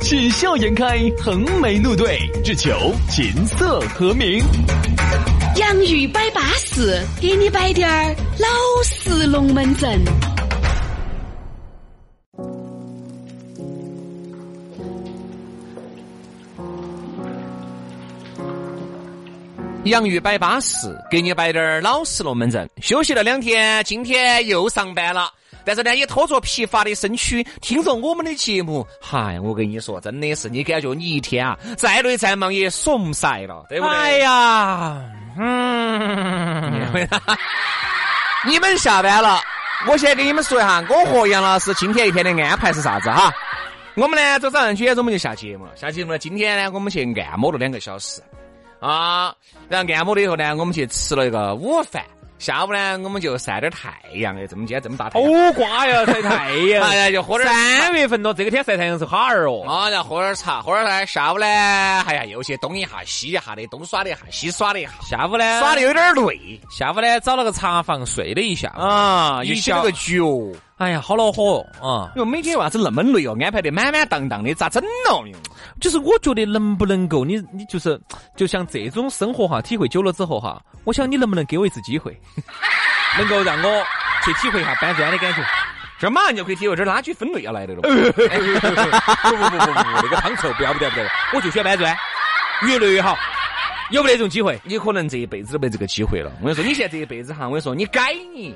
喜笑颜开，横眉怒对，只求琴瑟和鸣。洋芋摆巴士，给你摆点儿老式龙门阵。洋芋摆巴适，给你摆点儿老实龙门阵。休息了两天，今天又上班了，但是呢，也拖着疲乏的身躯，听着我们的节目。嗨，我跟你说，真的是你感觉你一天啊，再累再忙也怂晒了，对不对？哎呀， 嗯，你们下班了，我先给你们说一下，我和杨老师今天一天的安排是啥子哈？我们呢，早早上九点钟我们就下节目了，下节目呢，今天呢，我们去按摩了两个小时啊，然后按摩了以后呢，我们去吃了一个午饭，下午呢，我们就晒点太阳，哎，这么今天这么大太阳，好瓜呀，晒太 阳。哎呀，就喝点茶哦三月份了，这个天晒太阳是哈儿哦。啊，然后喝点茶，喝点茶，下午呢，哎呀，又去东一下西一下的，东耍了一下，西耍了一下，下午呢，耍的有点累下午呢，找了个茶房睡了一下。啊，又又起下了个局哦。哎呀，好恼火哦嗯啊！哟，每天为啥子那么累哦？安排的满满当当的，咋整了？就是我觉得能不能够，你你就是就像这种生活哈，体会久了之后哈，我想你能不能给我一次机会，能够让我去体会一下搬砖的感觉。这马上就可以体会这垃圾分类要来的了。不不不不不，那个汤臭不要不得不得，我就喜欢搬砖，越累越好。有没得这种机会？你可能这一辈子都没这个机会了。我跟你说，你现在这一辈子哈，我跟你说，你该你。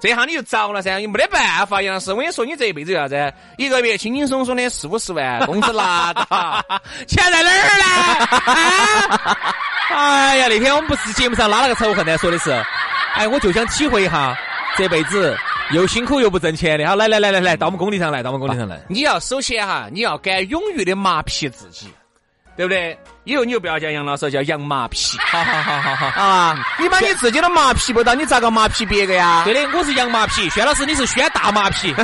这下你就遭了噻，你没得办法，杨老师。我跟你说，你这一辈子要啥子？一个月轻轻松松的四五十万，工资拿到，钱在哪儿呢？啊哎呀，那天我们不是节目上拉了个仇恨呢，说的是，哎，我就想体会一下这辈子又辛苦又不挣钱的。好，来来来来来，到我们工地上来，到我们工地上来。你要首先哈，你要敢勇于的麻痹自己，对不对？以后你就不要叫杨老师，叫杨麻痹好好好好好。啊！你把你自己都麻痹不到，你咋个麻痹别个呀？对的，我是羊麻皮，轩老师你是轩大麻皮。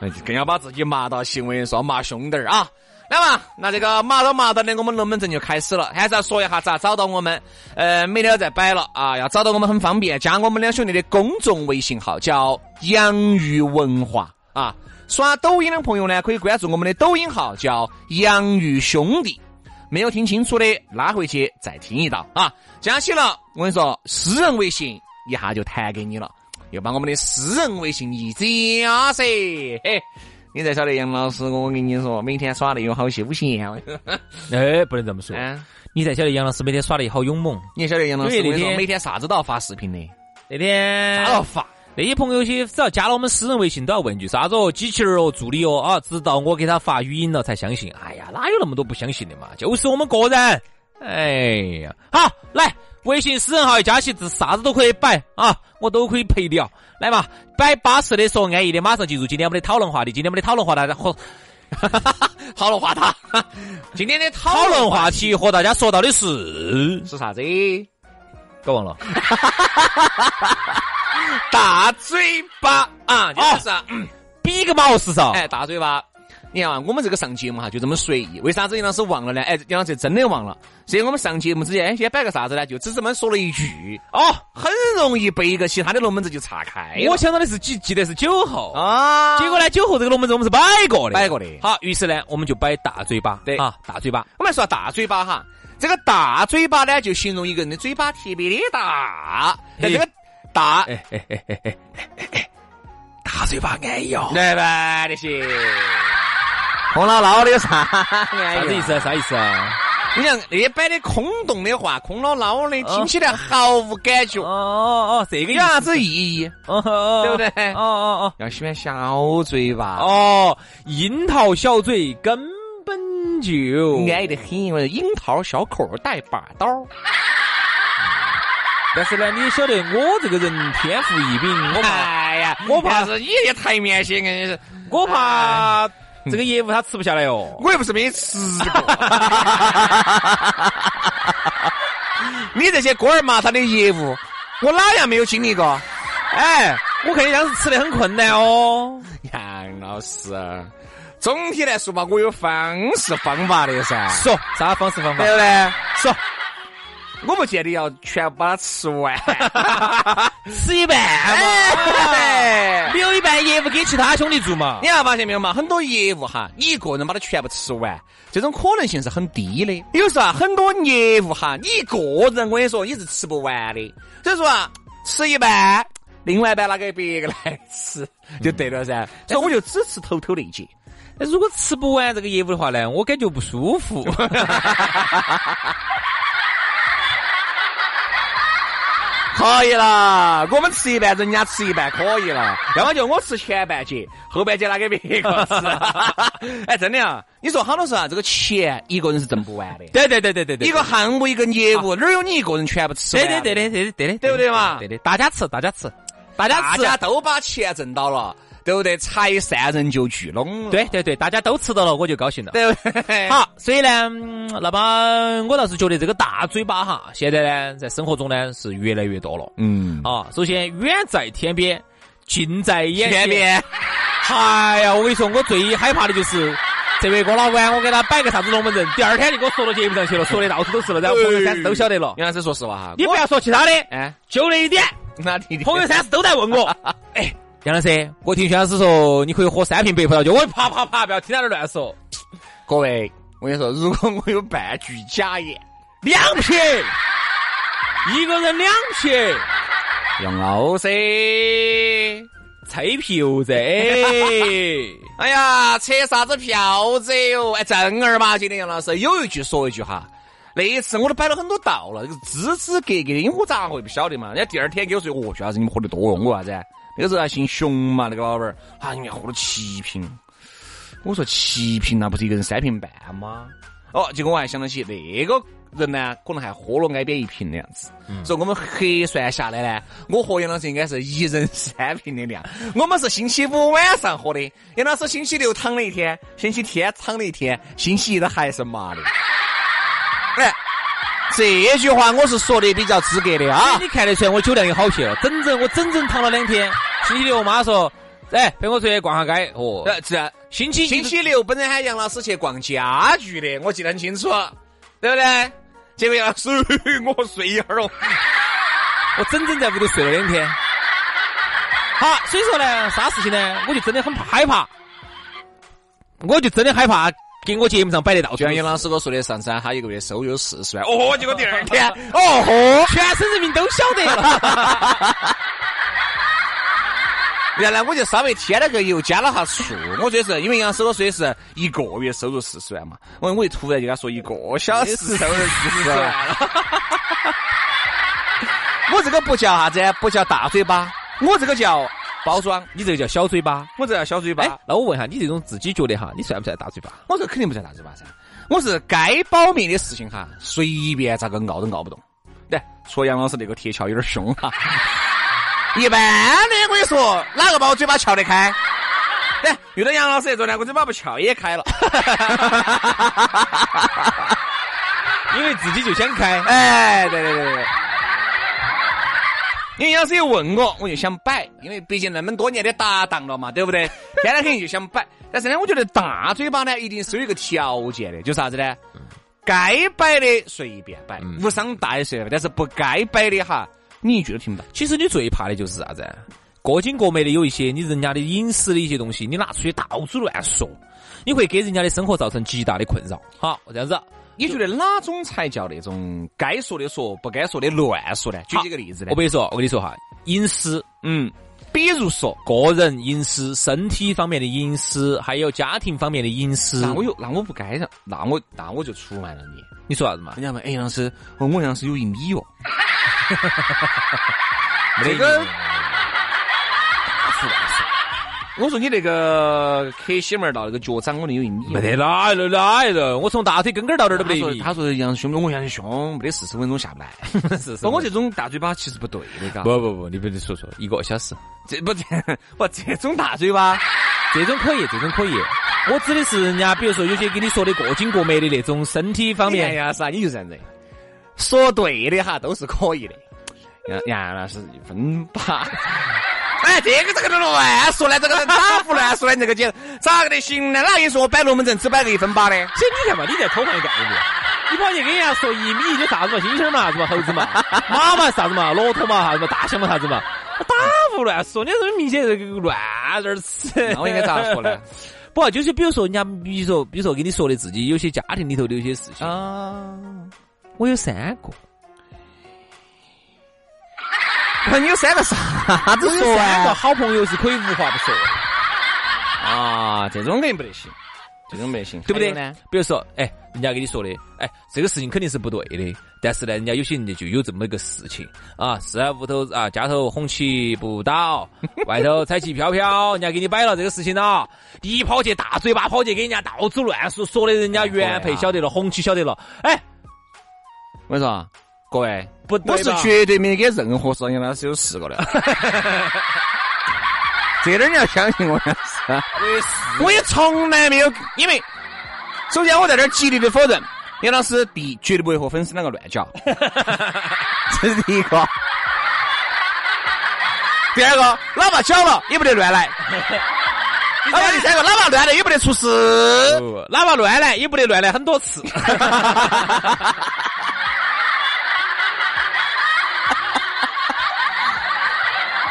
那就哎更要把自己麻到行为说麻凶点儿啊。来嘛，那这个麻到麻到的，我们龙门阵就开始了。还是要说一下咋找到我们，呃，没了再摆了啊。要找到我们很方便，加我们两兄弟的公众微信号叫“洋芋文化”啊。刷抖音的朋友呢，可以关注我们的抖音号叫“洋芋兄弟”。没有听清楚的，拉回去再听一道啊。加起了，我跟你说，私人微信一下就弹给你了，又把我们的私人微信一加噻，嘿，你才晓得杨老师，我跟你说，每天耍的有好些五险。 哎，不能这么说。嗯，你才晓得杨老师每天耍的好勇猛。你也晓得杨老师，对哎我跟那你说，天每天啥子都要发视频的，那啥天都要发。那些朋友些，只要加了我们私人微信，都要问一句啥子哦，机器人哦，助理哦啊，直到我给他发语音了才相信。哎呀，哪有那么多不相信的嘛？就是我们个人。哎呀，好，来，微信私人号一加起，这啥子都可以摆啊，我都可以陪聊。来嘛，摆巴适的，说安逸的，马上进入今天我们的讨论话题。今天我们的讨论话题， 和好了，话他，今天的讨讨论论话话题和大家说到的是，是啥子？搞忘了。大嘴巴哦啊，就是啊。嗯比个毛是啥？哎，大嘴巴。你看啊，我们这个上节目哈，就这么随意。为啥子杨老师忘了呢？哎，杨老师真的忘了。所以我们上节目之前，哎先摆个啥子呢？就只这么说了一句，哦，很容易被一个其他的龙门阵就岔开了。我想到的是记记得是酒后，啊，结果呢酒后这个龙门阵我们是摆过的，摆过的好，于是呢我们就摆大嘴巴，对啊，大嘴巴。我们来说大嘴巴哈，这个大嘴巴呢，就形容一个人的嘴巴特别的大。那这个大，哎哎哎哎哎，大嘴巴安逸哦。来吧 那些，空唠唠的有啥？啥啥子意？思啊？啥意思啊？哎你像那些摆的空洞的话，空唠唠的，听起来毫无感觉哦，哦哦，这个有意思，啥子意义？哦哦对不对哦哦要喜欢小嘴巴，哦，哦，樱桃小嘴根本就安逸得很。我说樱桃小口带把刀，但是呢，你也晓得我这个人天赋异禀，我怕哎呀，我怕是你的台面些，硬是我怕这个业务他吃不下来哦。哎我又不是没吃过。 你这些锅儿麻他的业务，我哪样没有经历过？哎，我看你当时吃的很困难哦。杨老师，总体来说嘛，我有方式方法的噻，说啥方式方法对？不对？说我不见得要全把它吃 完，吃一半哎哎嘛，留一半业务给其他兄弟做嘛你。还发现没有嘛？很多业务哈，你一个人把它全部吃完，这种可能性是很低的。有时候啊，很多业务哈，你一个人我跟你说你是吃不完的。所以说啊，吃一半，另外一半拿给别个来吃就对了噻。所以我就只吃头头那一截。但如果吃不完这个业务的话呢，我感觉不舒服。可以了，我们吃一半，人家吃一半，可以了。要么就我吃前半截，后半截拿给别个吃。 哎，真的啊，你说好多时候啊，这个钱一个人是挣不完的。 对对对对对对，一个项目一个业务，哪儿有你一个人全部吃对完？对对的的，对的对的，对不对嘛对的，大家吃大家吃，大家大吃。家都把钱挣到了，对不对？财散人就聚拢了，对对对，大家都吃到了，我就高兴了。对不 对？好，所以呢，嗯那么我倒是觉得这个大嘴巴哈，现在呢，在生活中呢是越来越多了。嗯，啊，首先远在天边，近在眼前前。面哎呀，我跟你说，我最害怕的就是这位郭老板，我给他摆个啥子龙门阵，第二天就给我说到节目上去了，说的到处都是了，然后朋友圈子都晓得了。杨老师，说实话哈，你不要说其他的，哎，就那一点，那你朋 友圈子都在问我，哎。杨老师，我听薛老师说你可以喝三瓶白葡萄酒，我啪啪啪，不要听他那儿乱说，各位，我跟你说，如果我有半句假言，两瓶，一个人两瓶，杨老师，吹票 子，哎呀，扯啥子票子哟？哎，正儿八经的杨老师，有一句说一句哈。那一次我都摆了很多道了，这个支支格格的，因为我咋会不晓得嘛？人家第二天给我说，哦，薛老师你们喝的多哦，我啥子啊？那个时候还姓熊嘛，那个老板儿，啊，人家喝了七瓶。我说七瓶那不是一个人三瓶半吗？哦，结果我还想得起那个人呢，可能还喝了挨边一瓶的样子。所以我们核算下来呢，我和杨老师应该是一人三瓶的量。我们是星期五晚上喝的，杨老师星期六躺了一天，星期天躺了一天，星期一的还是麻的。哎，这句话我是说的比较资格的啊。哎你看得出来我酒量有好些了，整整我整整躺了两天。星期六我妈说，哎，陪我出去逛下街。哦，呃，这星期一星期六本来喊杨老师去逛家具的，我记得很清楚，对不对？结果杨老师，我睡一会儿哦。我整整在屋头睡了两天。好，所以说呢，啥事情呢，我就真的很害怕，我就真的害怕给我节目上摆得到处就都像是。杨老师我说的，上次他一个月收入四十万，哦，结果第二天， 哦豁，全省人民都晓得了，原来我就稍微添了个油，加了下醋。我说的是，因为杨老师我说的是一个月收入四十万嘛，我我一突然就跟他说一个小时收入四十啊万了。啊 我这个不叫啥子，不叫大嘴巴，我这个叫包装，你这个叫小嘴巴。我这叫小嘴巴。哎，那我问下，你这种自己觉得哈，你算不算大嘴巴？我这肯定不算大嘴巴噻，我是该保密的事情哈，随便咋个拗都拗不动。对，说杨老师那个铁锹有点凶哈，一般的我跟你说，哪个把我嘴巴撬得开？对，遇到杨老师那种呢，我嘴巴不撬也开了。因为自己就想开。哎，对对对对对。因为杨老师又问我，我就想摆，因为毕竟那么多年的搭档了嘛，对 不对？天天肯定就想摆，但是呢，我觉得大嘴巴呢，一定是有一个条件的，就啥子呢？该摆的随便摆，无伤大雅随便摆，但是不该摆的哈，你一句都听不到。其实你最怕的就是啥子？各经各美的有一些你人家的隐私的一些东西，你拿出去到处乱说，你会给人家的生活造成极大的困扰。好，这样子，你觉得哪种才叫那种该说的说，不该说的乱说呢？举几个例子呢我？跟你说，我跟你说哈，隐私，嗯，比如说，个人隐私、身体方面的隐私，还有家庭方面的隐私啊那。我又那我不该让，那我那我就出卖了你。你说啥子嘛？人家问，哎，杨老师，哦我杨老师有一米 哦。没得这个，我说你那个克西门儿到那个脚掌，我那有一米哦。没得哪了哪了，我从大腿根根儿到这儿都他没说得。他说杨兄，我杨兄没得四十分钟下不来。说 是是说我这种大嘴巴其实不对的，嘎。 不不不，你不得说说一个小时。这不这不这种大嘴巴，这种可以，这种可以。我指的是人家，比如说有些跟你说的过经过脉的那种身体方哎面，呀啥，你就这样子，说对的哈，都是可以的。杨杨老师一分 吧。哎，这个这个乱说呢，这个人咋不乱说呢？这个姐咋个得行呢？哪跟你说我摆龙门阵只摆个一分八 呢？所以你看嘛，你在偷换概念。你跑去跟人家说一米一就啥子嘛，猩猩嘛啥子嘛，猴子嘛，马嘛啥子嘛，骆驼嘛啥子嘛，大象嘛啥子嘛，打胡乱说，你这明显这个乱字儿吃。那我应该咋 说呢？不，就是比如说人家，比如说，比如说跟你说的自己有些家庭里头的有些事情，啊，我有三 个，不，你有三个啥子我说有三个啊？好朋友是可以无话不说的，啊，这种肯定不得行，这种不得行，对不对还有呢？？比如说，哎，人家跟你说的，哎，这个事情肯定是不对的，但是呢，人家有些人就有这么一个事情啊，是啊，屋头啊，家头红旗不 倒，外头彩旗飘飘，人家给你摆了这个事情了，你跑去大嘴巴跑去给人家到处乱说，说的人家原配晓得 了，红旗晓得了，哎，我跟你说啊，各位，不我对是吧绝对没给任何说杨老师有试过的。 这点儿你要相信我，杨老师，我也是我也从来没有，因为首先我在这儿极力的否认，杨老师第一绝对不会和粉丝两个乱 讲，这是第一个。第二个，哪怕讲了也不得 乱来。哪怕第三个，哪怕乱来也不得出事。哦不哪怕乱来也不得乱来很多次。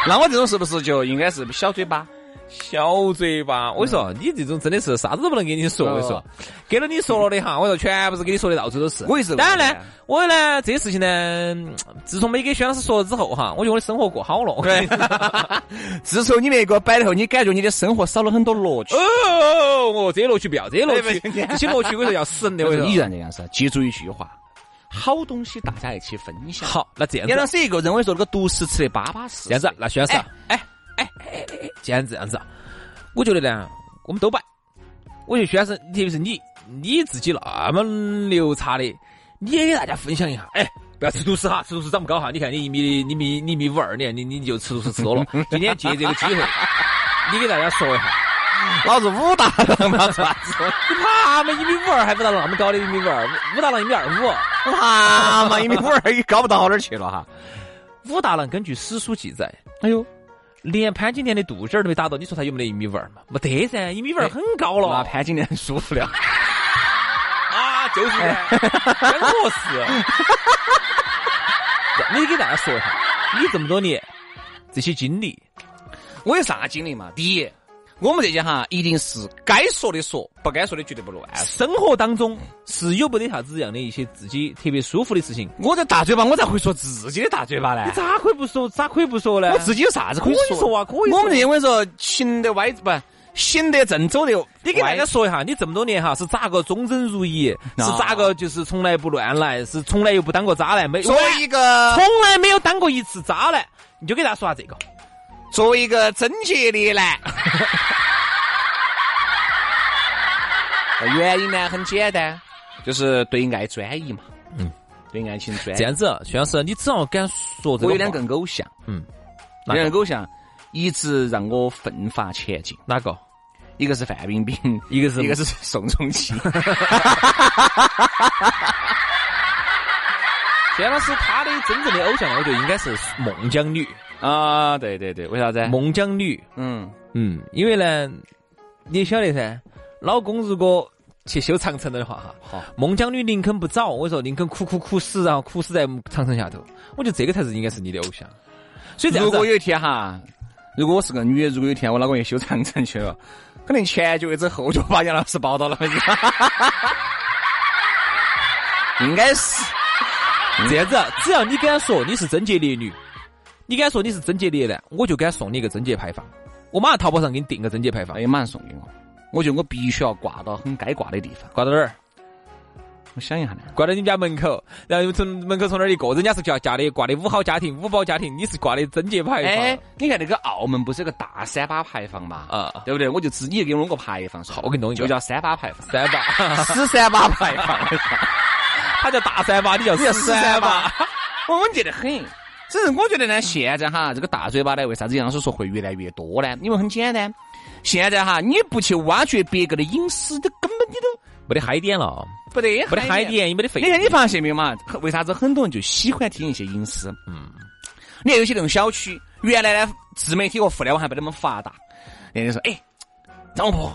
那我这种是不是就应该是小嘴巴？小嘴巴，我嗯说你这种真的是啥子都不能跟你说，我跟你说，给了你说了的哈，我说全部是跟你说的到处都是。哦我也是当然呢，我呢这事情呢，嗯自从没给薛老师说了之后哈，我觉得我的生活过好了。 哦对，自从你那个摆了后，你感觉你的生活少了很多乐趣。哦，我这些乐趣不要，这些乐趣，哎对不对这些乐趣我说要死人的，我我跟说 你依说。然这样子，记住一句话：好东西大家一起分享。好，那这样杨老子，师一个人，我跟你说那个独食吃的巴巴适适。这样子，那薛老师啊，哎既然这样子啊，我觉得呢，我们都摆。我觉得薛老师，特别是你，你自己那么牛叉的，你也给大家分享一下。哎，不要吃独食哈，吃独食长不高哈。你看你一米，你米，你一米五二，你看你你就吃独食吃 多了。今天借这个机会，你给大家说一下， 老子武大郎嘛，啥子？你怕嘛？一米五二还不到那么高的一米五二，武大郎一米二五。他妈一米五二也高不到哪儿去了哈。武大郎根据史书记载，哎呦。连潘金莲的肚脐儿都没打到，你说他有没得一米五二嘛？没得噻，一米五二很高了。那潘金莲舒服了， 啊，就是的，真合适。 你给大家说一下，你这么多年这些经历， 我有啥经历嘛？第一，我们这些哈，一定是该说的说，不该说的绝对不乱说。哎生活当中是有没得啥子样的一些自己特别舒服的事情？我这大嘴巴，我咋会说自己的大嘴巴呢你？咋可以不说？咋可以不说呢？我自己有啥子可可以以说？说啊，可以说。我们这些我跟你说，行得歪不，行得正，走得歪你给大家说一下，你这么多年哈是咋个忠贞如一，是咋个就是从来不乱来，是从来又不当过渣男，没作为一个从来没有当过一次渣男，你就给大家说下这个。作为一个贞洁 的男，呃原因呢很简单，就是对爱专一嘛。嗯，对爱情专这一。样子，徐老师，你只要敢说这个，我有两个偶像，嗯，哪两个个偶像一直让我奋发前进，哪个？一个是范冰冰，一个是一个是宋仲 基。 薛老师他的真正的偶像，我觉得应该是孟姜女。啊，对对对，为啥子？孟姜女，嗯，嗯，因为呢，你也晓得噻，老公如果去修长城的话，哈，好，孟姜女宁肯不找，我说宁肯苦苦苦死，然后苦死在长城下头。我觉得这个才是应该是你的偶像。所 以这样如子啊果，有一天哈，如果我是个女的，如果有一天我老公也修长城去了，可能前脚一走，后脚把杨老师抱到了。 应该是这样子啊，只要你敢说你是贞洁烈女，你敢说你是贞洁烈男，我就敢送你一个贞洁牌坊。我马上淘宝上给你订个贞洁牌坊哎，呀，马上送给我。我觉得我必须要挂到很该挂的地方。挂到哪儿？我想一下呢，挂到你们家门口，然后从门口从那儿一过，人家是叫嫁的挂的五好家庭、五宝家庭，你是挂的贞洁牌坊。哎，你看那个澳门不是有个大三八牌坊嘛？啊，啊，对不对？我就自己给我弄个牌坊算了，好我给你弄一个，就叫三八牌坊三 八，死三八牌坊，他叫大三八，你叫叫死三八。， 我稳健得很。只是我觉得呢，现在哈，这个大嘴巴呢，为啥子杨老师说会越来越多呢？因为很简单，现在哈，你不去挖掘别个的隐私，都根本你都没得嗨点了，不得没得嗨点。点，也没得费你。看，你发现没有嘛？很为啥子很多人就喜欢听一些隐私？嗯，你看有些那种小区，原来呢，自媒体和互联网还没那么发达，人家说，哎，张婆，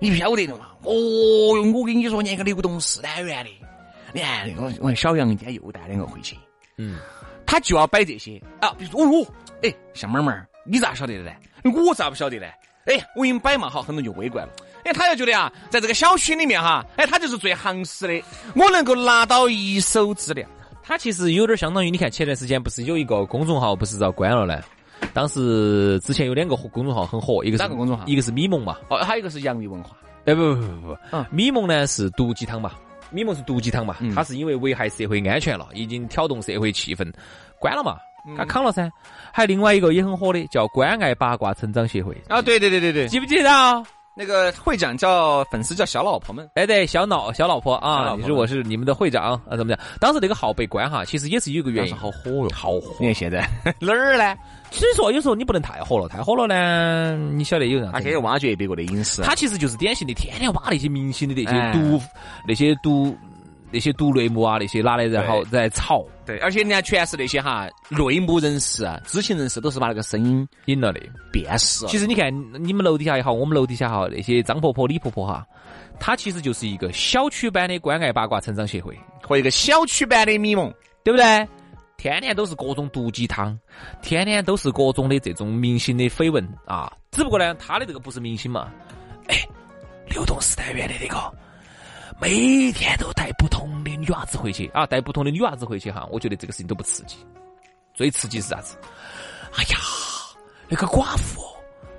你不晓得的嘛？哦哟，我跟你说，人家刘董是单元的，你看我我小杨今天又带两个回去，嗯，他就要摆这些啊，比如说，哦哟，哎，小妹妹儿，你咋晓得的呢？我咋不晓得呢？哎，我给你摆嘛，好，很多人就围过来了。哎，他就觉得啊，在这个小区里面哈，哎，他就是最行实的，我能够拿到一手资料。它其实有点相当于，你看前段时间不是有一个公众号不是遭关了呢？当时之前有两个公众号很火，一个是哪个公众号一个是米蒙嘛，哦，还有一个是洋芋文化，哎不不不不不嗯，米蒙呢是毒鸡汤嘛，米蒙是毒鸡汤嘛，他是因为危害社会安全了，已经挑动社会气氛，关了嘛，他扛了噻。还有另外一个也很火的，叫关爱八卦成长协会，啊，对对对对对，记不记得啊？那个会长叫粉丝叫小老婆们，哎，对，小老小老婆小啊老，婆如果是你们的会长啊，怎么讲？当时那个号被关哈，其实也是有一个原因，好火哟，好火。你看现在 哪儿呢？所以说，有时候你不能太火了，太火了呢，你晓得有人他现在挖掘别个的隐私，他其实就是典型的，天天挖那些明星的那些哎毒、那些毒、那些毒类目啊，那些拿来然后再炒，对，而且人家全是那些哈内幕人士、啊、知情人士，都是把那个声音引了的。辨识。其实你看，你们楼底下也好，我们楼底下也好，那些张婆婆、李婆婆哈，她其实就是一个小区版的关爱八卦成长协会，和一个小区版的迷蒙，对不对？天天都是各种毒鸡汤，天天都是各种的这种明星的绯闻啊。只不过呢，她的这个不是明星嘛，哎，流动四单元的那个，每天都带不同的女娃子回去啊，带不同的女娃子回去哈，我觉得这个事情都不刺激，最刺激是啥子？哎呀，那个寡妇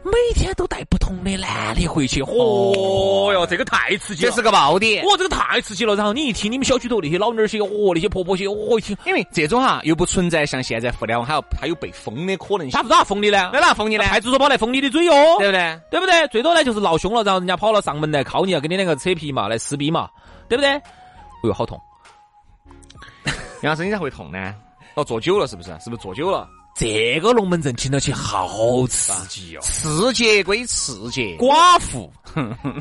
每天都带不同的男的回去，哦哟，这个太刺激这了哦是。个爆点。哇，这个太刺激了！然后你一听你们小区头那些老娘儿些，哦，那些婆婆些，哦，一听因为这种哈又不存在像现在互联网还有还有被封的可能性打，不打封你呢？那哪封你呢？派出所跑来封你的嘴哦，对不对？对不对？最多呢就是闹凶了，然后人家跑了上门来铐你，要跟你两个扯皮嘛，来撕逼嘛，对不对？哎呦，好痛！杨老师，你咋会痛呢？哦，坐久了是不是？是不是坐久了？这个龙门阵听到起好刺激哦！刺激归刺激，寡 妇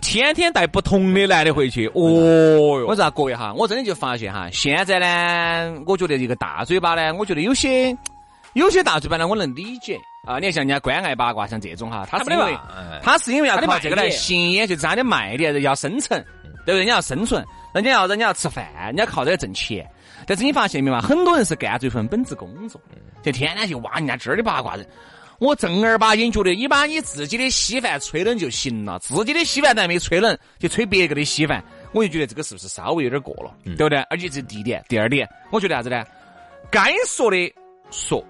天天带不同的男的回去，哦哟，我咋各位哈，我真的就发现哈，现在呢，我觉得一个大嘴巴呢，我觉得有些有些大嘴巴呢，我能理解啊。你看像人家关爱八卦，像这种哈，他是他没因得为嘛哎他是因为要他的靠卖嗯这个来点吸引，就是他的卖点，要生存，对不对？你要生存，人家要人家要吃饭，人家靠这个挣钱。但是你发现没有嘛？很多人是干这份本职工作，嗯就天天去挖人家这儿的八卦人。我正儿八经觉得，你把你自己的稀饭吹冷就行了，自己的稀饭但没吹冷，就吹别个的稀饭，我就觉得这个是不是稍微有点过了，嗯对不对？而且这是第一点，第二点，我觉得啥子呢？该说的说，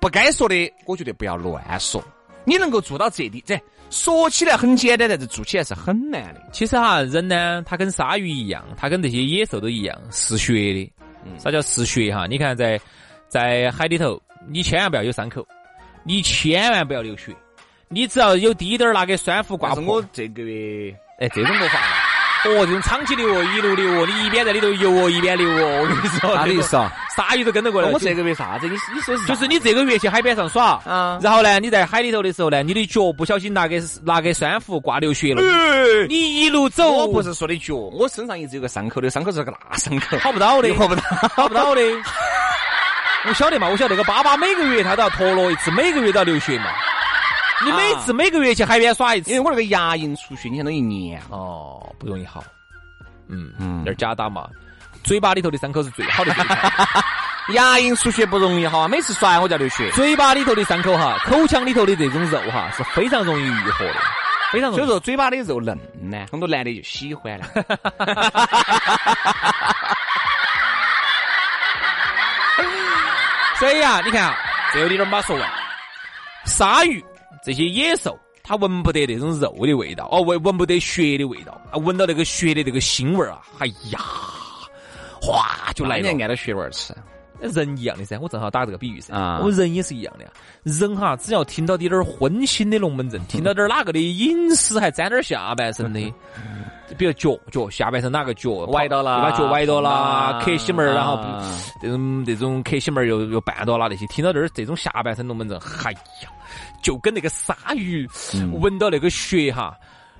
不该说的，我觉得不要乱说。你能够做到这里，这说起来很简单，但是做起来是很难的。其实哈，人呢，他跟鲨鱼一样，他跟这些野兽都一样，嗜血的。嗯啥叫嗜血哈？你看在在海里头，你千万不要有伤口，你千万不要流血，你只要有滴点儿那个酸腐挂但是破我，这个月哎，这种没法。哦，这种长期流哦，一路流哦，你一边在里头游哦，一边流哦，我跟你说，啥意思啊？鲨鱼都跟着过来了。我这个月啥子？你你说是就是你这个月去海边上耍，啊然后呢，你在海里头的时候呢，你的脚不小心拿给拿给酸腐挂流血了，哎你一路走，呃我不是说的脚，我身上一直有个伤口的，伤口是个大伤口，好不到的，你活不到，好 不到的。我晓得嘛，我晓得那个粑粑每个月他都要脱落一次，每个月都要流血嘛。你每次、每个月去海边耍一 啊因为次，我那个牙龈出血，你想都一年了。哦，不容易好。嗯嗯嗯，点假打嘛，嘴巴里头的伤口是最好的肥 皂，牙龈出血不容易哈，每次刷牙我就要流血，嘴巴里头的伤口哈，口腔里头的这种肉哈是非常容易愈合的，非常容易。所以说嘴巴的肉嫩呢，很多男的就喜 欢了。所以啊，你看啊，这个你点儿没说完。鲨鱼这些野兽，它闻不得那种肉的味道，哦，闻闻不得血的味道，啊，闻到那个血的那个腥味儿啊，哎呀，哗就来人了家。按到穴位儿吃，人一样的噻，我正好打这个比喻噻。啊我人也是一样的呀，人哈，只要听到点儿荤腥的龙门阵，听到点儿哪个的隐私还沾点儿下半身的，比如脚脚下半身哪个脚崴到了对吧？脚崴到啊了，磕西门儿，然后啊这种这种磕西门儿又又绊到了那些。听到这儿，这种下半身龙门阵，哎呀，就跟那个鲨鱼闻到那个血哈，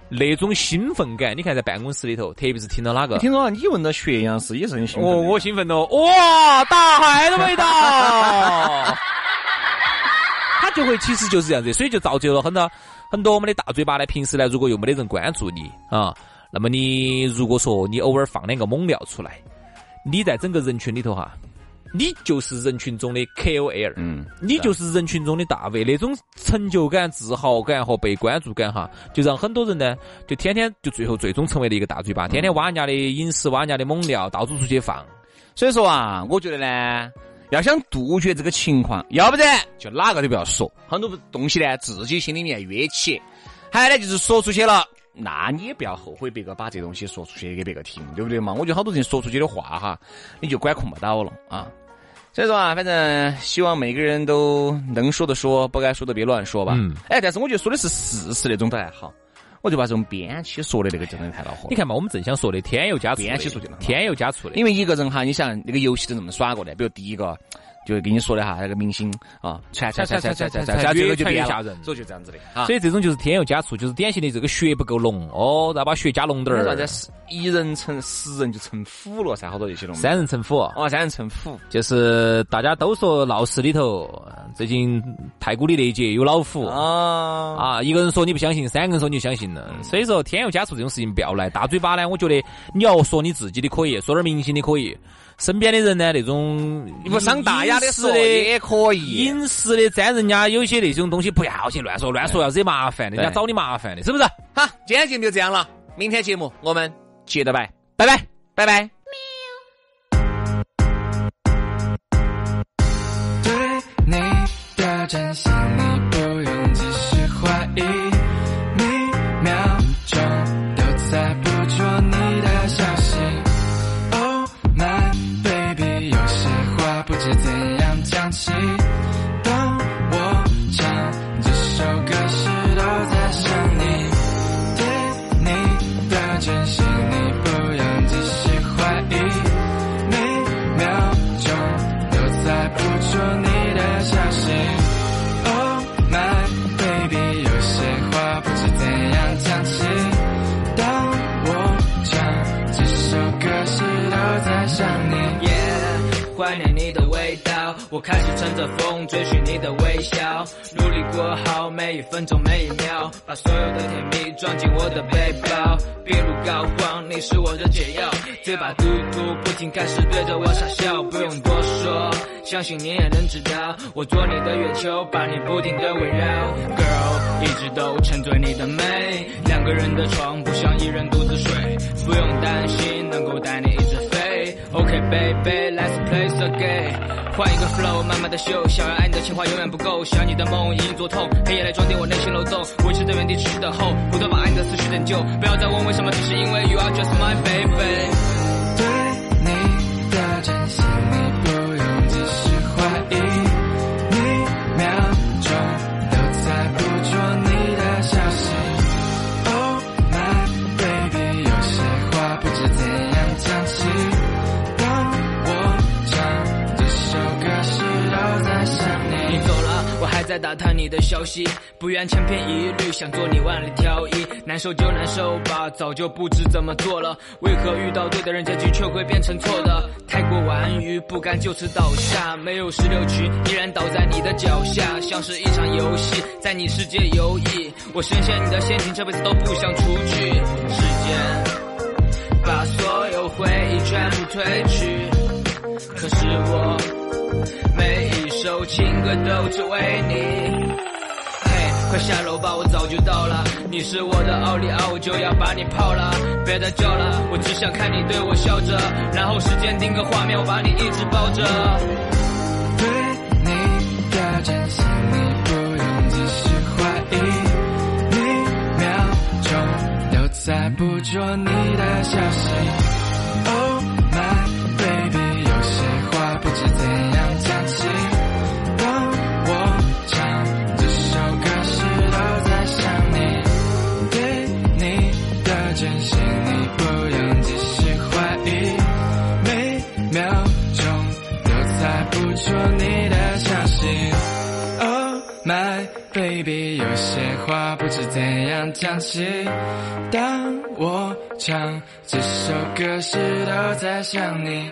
那种兴奋感，你看在办公室里头，特别是听到哪个。听说你闻到血一样是也是很兴奋哦，的。我兴奋哦！哇，大海的味道， 它就会其实就是这样子，所以就造就了很多很多我们的大嘴巴呢。平时呢，如果又没得人关注你啊，那么你如果说你偶尔放两个猛料出来，你在整个人群里头哈，你就是人群中的 KOL，嗯，你就是人群中的大 V，那种成就感、自豪感和被关注感，哈，就让很多人呢，就天天就最后最终成为了一个大嘴巴，天天挖人家的饮食，挖人家的猛料，到处出去放。所以说啊，我觉得呢，要想杜绝这个情况，要不然就哪个都不要说，很多东西呢自己心里面憋起，还有呢就是说出去了。那你也不要后悔别个把这东西说出去给别个听，对不对嘛？我觉得好多人说出去的话哈，你就管控不到了啊。所以说啊，反正希望每个人都能说的说，不该说的别乱说吧。嗯哎，但是我觉得说的是事实那种倒还好，我就把这种编起说的那个真的太恼火了你。看嘛，我们正想说的，添油加醋边起出去的了，添油加醋的，因为一个人哈，你想那个游戏都这么耍过的，比如第一个就跟你说的哈，那个明星啊，传传传传传传传，这个就变了，所以就这样子的啊。所以这种就是添油加醋，就是典型的这个血不够浓哦，然后把血加浓点为儿啥，子一人成十人就成虎了噻？好多这些东西，三人成虎。哦，三人成虎，就是大家都说闹市里头，最近太古里那一节有老虎啊啊，一个人说你不相信，三个人说你就相信嗯了。所以说添油加醋这种事情不要来。大嘴巴呢，我觉得你要说你自己的可以，说点明星的可以，身边的人呢那种你不伤大雅的隐私说也可以。隐私的沾人家有些那种东西不要去乱说，乱说要惹麻烦，人家哎对找你麻烦的，是不是？好，今天节目就这样了，明天节目我们接着拜，拜拜，拜拜。对你的真心，你不用及时怀疑，每秒钟都在捕捉你的消息。Oh my baby，有些话不知怎样讲起。当我唱这首歌时，都在想你。对你的真心，你不用及时怀疑。每秒钟都在捕捉你的消息。Oh my baby，有些话不知怎样讲起。当我唱这首歌时，都在想你。耶，怀念你的味道，我开始乘着风追寻你的微笑，努力过好每一分钟每一秒，把所有的甜蜜装进我的背包，病入膏肓，你是我的解药，嘴巴嘟嘟不停开始对着我傻笑，不用多说，相信你也能知道，我做你的月球，把你不停的围绕，girl，一直都沉醉你的美，两个人的床不想一人独自睡，不用担心能够带你一直飞。OK baby，let's play the game。换一个 flow，慢慢的秀，想要爱你的情话永远不够，想你的梦隐隐作痛，黑夜来装点我内心漏洞，维持在原地持续等候，不断把爱你的思绪拯救，不要再问为什么，只是因为 you are just my baby。对你的真心，你不用及时怀疑，每秒钟都在捕捉你的消息。Oh my baby，有些话不知怎样讲起，当我唱这首歌时，都在想你你。走了，我还在打探你的消息，不愿千篇一律，想做你万里挑一，难受就难受吧，早就不知怎么做了，为何遇到对的人，结局却会变成错的？太过顽愚，不甘就此倒下，没有十六区，依然倒在你的脚下，像是一场游戏，在你世界游弋，我深陷你的陷阱，这辈子都不想出去，时间。把所有回忆全部褪去，可是我每一首情歌都只为你。嘿，快下楼吧，我早就到了。你是我的奥利奥，我就要把你泡了。别再叫了，我只想看你对我笑着，然后时间定个画面，我把你一直抱着。对你的真心，你不用及时怀疑，每秒钟都在捕捉你的消息。Oh my baby，有些话不知怎样讲起，当我唱这首歌时，都在想你。对你的真心，你秒钟都猜不出你的消息。Oh my baby，有些话不知怎样讲起。当我唱这首歌时，都在想你。